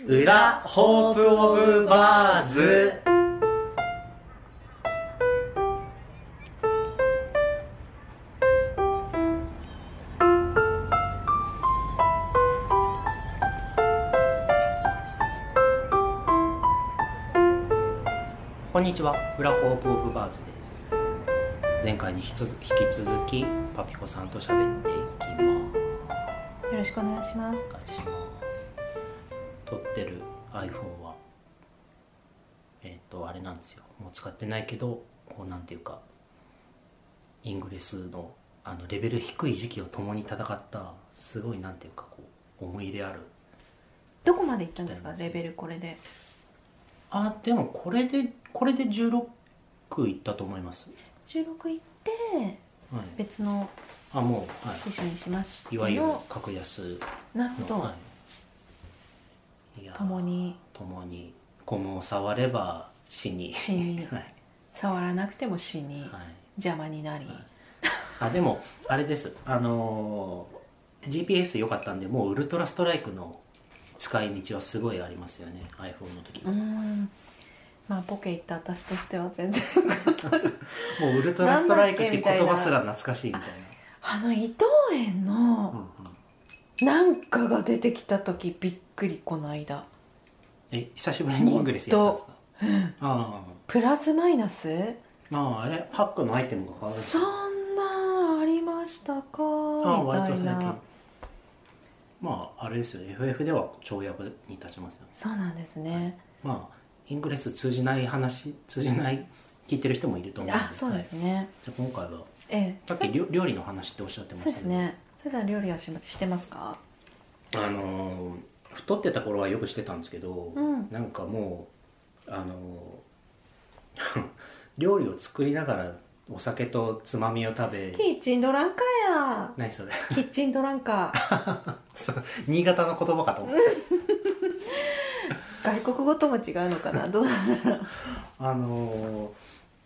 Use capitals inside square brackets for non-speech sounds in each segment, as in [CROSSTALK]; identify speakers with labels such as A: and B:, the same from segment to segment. A: 裏ホープオブバーズこんにちは裏ホープオブバーズです前回に引き続き引き続きパピコさんと喋っていきます
B: よろしくお願いします
A: お願いします撮ってる iPhone はえっ、とあれなんですよもう使ってないけどこうなんていうかイングレスのあのレベル低い時期を共に戦ったすごいなんていうかこう思い入れある
B: どこまで行ったんですか
A: 来てま
B: レ
A: す
B: ベルこれで
A: あでもこれでこれで16いったと思います、
B: 16行って
A: はい、
B: 別の
A: あもう、は
B: 部署にしまし
A: い、
B: て
A: いわゆる
B: の
A: 格安
B: なるほ
A: の、
B: ど、
A: はい、いやー
B: 共に
A: 共にゴムを触れば死に
B: 死に
A: [LAUGHS] はい
B: 触らなくても死に
A: はい
B: 邪魔になり、
A: あでもあれですあのー GPS 良かったんでもうウルトラストライクの使い道はすごいありますよね iPhone の時
B: うーんまあポケ行った私としては全然 [LAUGHS]
A: もうウルトラストライクって言葉すら懐かしいみたい
B: あの伊藤園
A: な、うんう
B: の
A: ん、
B: なんかが出てきた時びっくりこの間
A: え久しぶりにイングレスやったんですかあ
B: プラスマイナス
A: ああああれハックのアイテムが変わる
B: そんなんありましたか
A: ああ
B: み
A: 割
B: た
A: と
B: い
A: 最近
B: な
A: まああれですよ FF では跳躍に立ちますよね
B: そうなんですね、
A: まあイングレス通じない話通じない聞いてる人もいると思うんで
B: あそうですね、
A: はいで今回は
B: ええ
A: さっき料料理の話っておっしゃってました
B: そうですねそれさん料理はしますしてますか
A: あのー太ってた頃はよくしてたんですけど、
B: うん
A: なんかもうあのー [LAUGHS] 料理を作りながらお酒とつまみを食べ
B: キッチンドランカや
A: 何それ [LAUGHS]
B: キッチンドランカ
A: そう新潟の言葉かと思って
B: 外国語とも違うのかなどうなんだろう
A: あのー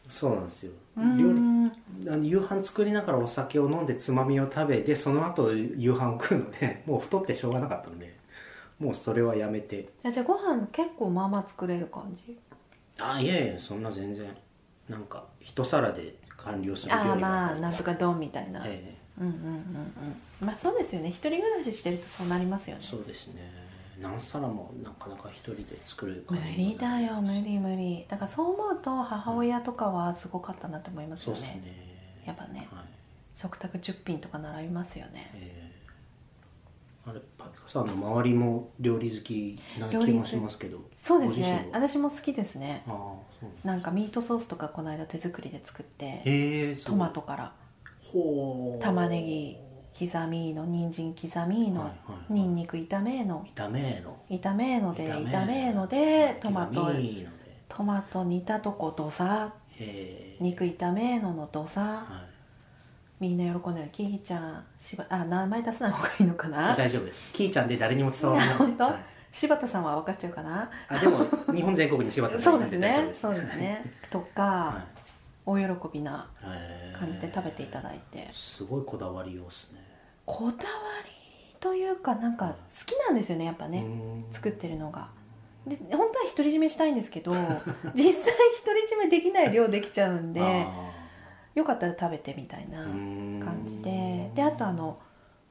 A: そうなんですよ
B: う
A: [LAUGHS] 料理
B: ーん
A: あの夕飯作りながらお酒を飲んでつまみを食べてその後夕飯を食うのでもう太ってしょうがなかったのでもうそれはやめて
B: えじゃあご飯結構まあまあ作れる感じ
A: あいやいやそんな全然なんか一皿で完了する料理
B: ああ
A: が
B: まあなんとか丼みたいな、
A: え
B: うんうんうんうんまあそうですよね一人暮らししてるとそうなりますよ
A: え
B: ね
A: そうですね何皿もなかなか一人で作る
B: 無
A: 感じ
B: 理
A: が
B: だ
A: ない
B: よ無理無理だからそう思うと母親とかはすごかったなと思います
A: そう
B: よ
A: で
B: ね,、
A: すね
B: やっぱね
A: はい
B: 食卓10品とか並びますよね
A: ええあれパピカさんの周りも料理好きな気もしますけど
B: そうです
A: ご自
B: ね
A: 身はあ
B: 私も好きですね
A: あそうなんだ
B: なんかミートソースとかこの間手作りで作って
A: ええそう
B: トマトから
A: ほう
B: 玉ねぎ刻みの人参刻みの
A: はいはいはい
B: にんにく炒めの
A: 炒めの
B: 炒めので
A: 炒め
B: 炒めのでトマト
A: 刻みので
B: トマト煮たとこどさ
A: へえ
B: 肉炒めののどさ
A: はい
B: みんな喜んでるキヒちゃんしばあ名前出さない方がいいのか
A: [LAUGHS]
B: な
A: 大丈夫ですキーちゃんで誰にも伝わらない
B: いや本当
A: はい
B: 柴田さんは分かっちゃうかな
A: あでも日本全国に柴田さ
B: そ
A: ん
B: う
A: い
B: で
A: る
B: す
A: ん大丈夫
B: ねそうで
A: [LAUGHS]
B: すねと
A: は
B: か
A: い
B: 大喜びな
A: へー
B: 感じで食べていただいて
A: すごいこだわりようですね
B: こだわりというかなんか好きなんですよねやっぱね、
A: うーん
B: 作ってるのがで本当は独り占めしたいんです
A: [LAUGHS]
B: けど実際独り占めできない量できちゃうんで
A: あ
B: よかったら食べてみたいな
A: ーうーん
B: 感じでであとあの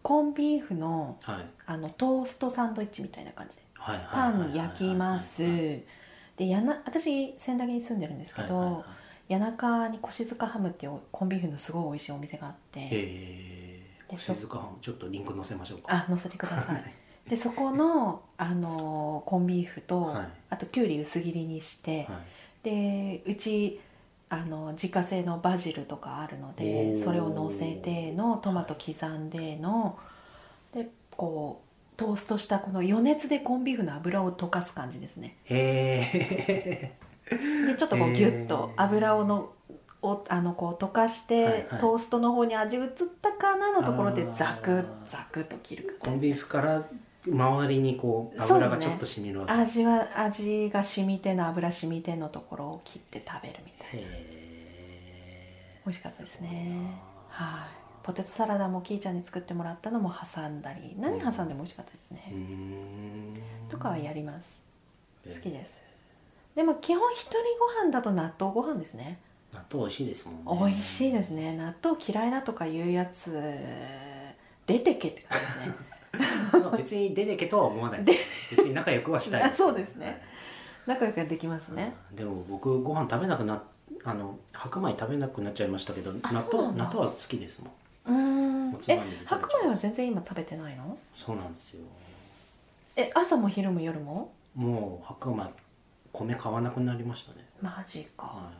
B: コンビーフの
A: はい
B: あのトーストサンドイッチみたいな感じで
A: はいはいは
B: パ
A: いはい
B: ン焼きます
A: はい
B: でやな私千駄木に住んでるんですけど、
A: はいはいはい
B: 谷中に腰塚ハムっていうコンビーフのすごい美味しいお店があって
A: へえ
B: でそ
A: 静かはんちょっとリンク載せましょうか
B: あ載せてくださ
A: はい
B: でそこの、あのーコンビーフと、
A: はい
B: あときゅうり薄切りにして、
A: は
B: でうちあの自家製のバジルとかあるの
A: お
B: で
A: ー
B: それをのせてのトマト刻んでのでこうトーストしたこの余熱でコンビーフの油を溶かす感じですね
A: いへ
B: でちょっとこ
A: へー
B: うギュッと油をのをあのこう溶かして、
A: はいはい
B: トーストの方に味移ったかなのところで
A: あー
B: ザクッザクッと切る
A: え [LAUGHS] コンビーフから周りにこう油がちょっと染みるわけ
B: 味は味が染みての油染みてのところを切って食べるみたいな
A: へえ
B: 美味しかったですねはい、ポテトサラダもキイちゃんに作ってもらったのも挟んだり何挟んでも美味しかったです
A: うー
B: ね、
A: ん
B: とかはやります
A: えー
B: 好きですでも基本一人ご飯だと納豆ご飯ですね
A: 納豆美味しいですもんね
B: 美味しいです
A: ね
B: ね納豆嫌いだとかいうやつ出てけって感じ
A: [LAUGHS]
B: ですね
A: 別に出てけとは思わないです別に仲良くはしたい
B: そうですね仲良くできます
A: はい
B: ね、
A: うんでも僕ご飯食べなくなあの白米食べなくなっちゃいましたけど
B: あ
A: 納
B: そうな
A: 豆
B: んだ
A: 納豆は好きですもん
B: うー
A: お
B: ん
A: つま
B: え
A: みで食べちゃいます
B: 白米は全然今食べてないの
A: そうなんですよ
B: え朝も昼も夜も
A: もう白米米買わなくなりましたね、
B: マジか、
A: はい、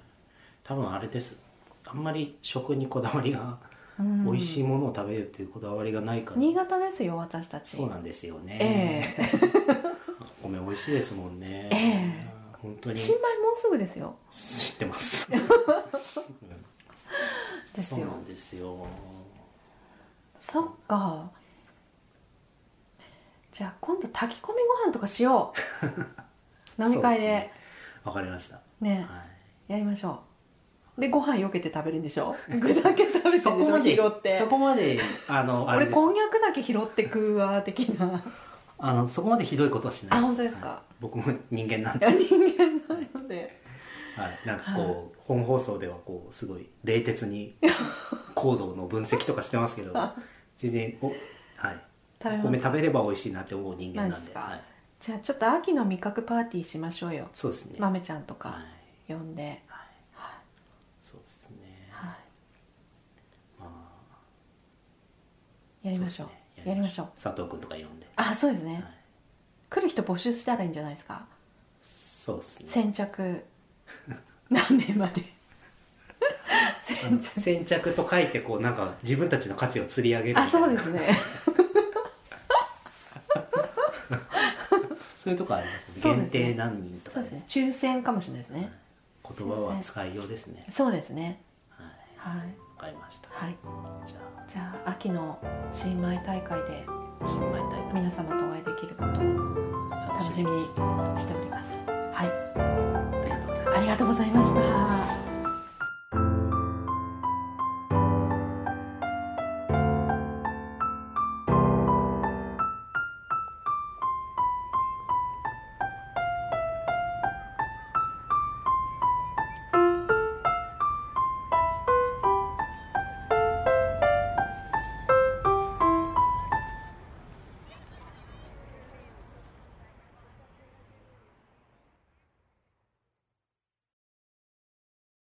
A: 多分あれですあんまり食にこだわりが、
B: うん
A: 美味しいものを食べるっていうこだわりがないから
B: 新潟ですよ私たち
A: そうなんですよ
B: え
A: ね、
B: え
A: お米美味しいですもんね、
B: え
A: 本当に
B: 新米もうすぐですよ
A: 知ってます
B: [LAUGHS]
A: うん
B: です
A: そう
B: よ
A: なんですよ
B: そっかじゃあ今度炊き込みご飯とかしよ
A: [LAUGHS]
B: う飲み
A: そう
B: 会で
A: すねわかりました、
B: ね
A: は
B: やりましょうでご飯よけて食べるんでしょ具だけ食べてるん
A: い、
B: でし
A: そこま
B: ょ
A: で
B: 拾って
A: そこまであ
B: [LAUGHS]
A: のあれ
B: 俺
A: です
B: こんにゃくだけ拾って食うわ的な
A: あのそこまでひどいことはしない
B: あ本当ですか
A: はい僕も人間なんで
B: 人間なので
A: はい、なんかこう、本放送ではこうすごい冷徹に
B: [LAUGHS]
A: 行動の分析とかしてますけど全然お、はい、
B: 食べま
A: 米
B: す
A: 食べれば美味しいなって思う人間な
B: マジ
A: ん
B: っす
A: で、
B: か
A: はい、
B: じゃあちょっと秋の味覚パーティーしましょうよ
A: そうですね、
B: 豆ちゃんと
A: はい
B: か、呼んで
A: はい、
B: は
A: そうですね、
B: い、は
A: まあ
B: い、やりましょう
A: そですね
B: やりましょう
A: 佐藤君とか呼んで、
B: あそうです
A: はい
B: ね、来る人募集したらいいんじゃないですか
A: そうですね
B: 先着 [LAUGHS] 何名 [LAUGHS] まで
A: あ
B: 先
A: の
B: 着
A: 先着と書いてこうなんか自分たちの価値を釣り上げるみたい
B: あ
A: な
B: そうですね
A: そういうとこありますね
B: そうです
A: 限定
B: ね
A: 何人と
B: そ
A: か
B: う
A: ね、
B: ですね抽選かもしれないですね
A: 言葉は使いようですね
B: そうですね
A: はい
B: はい
A: わかりました
B: はい
A: じゃ
B: じゃあ秋の新米大会で
A: あ新米大会
B: 皆様とお会いできることを
A: 楽
B: 楽
A: し
B: しみ
A: み
B: に
A: に
B: しておりますは
A: あり
B: い
A: がとうございます
B: ありがとうございました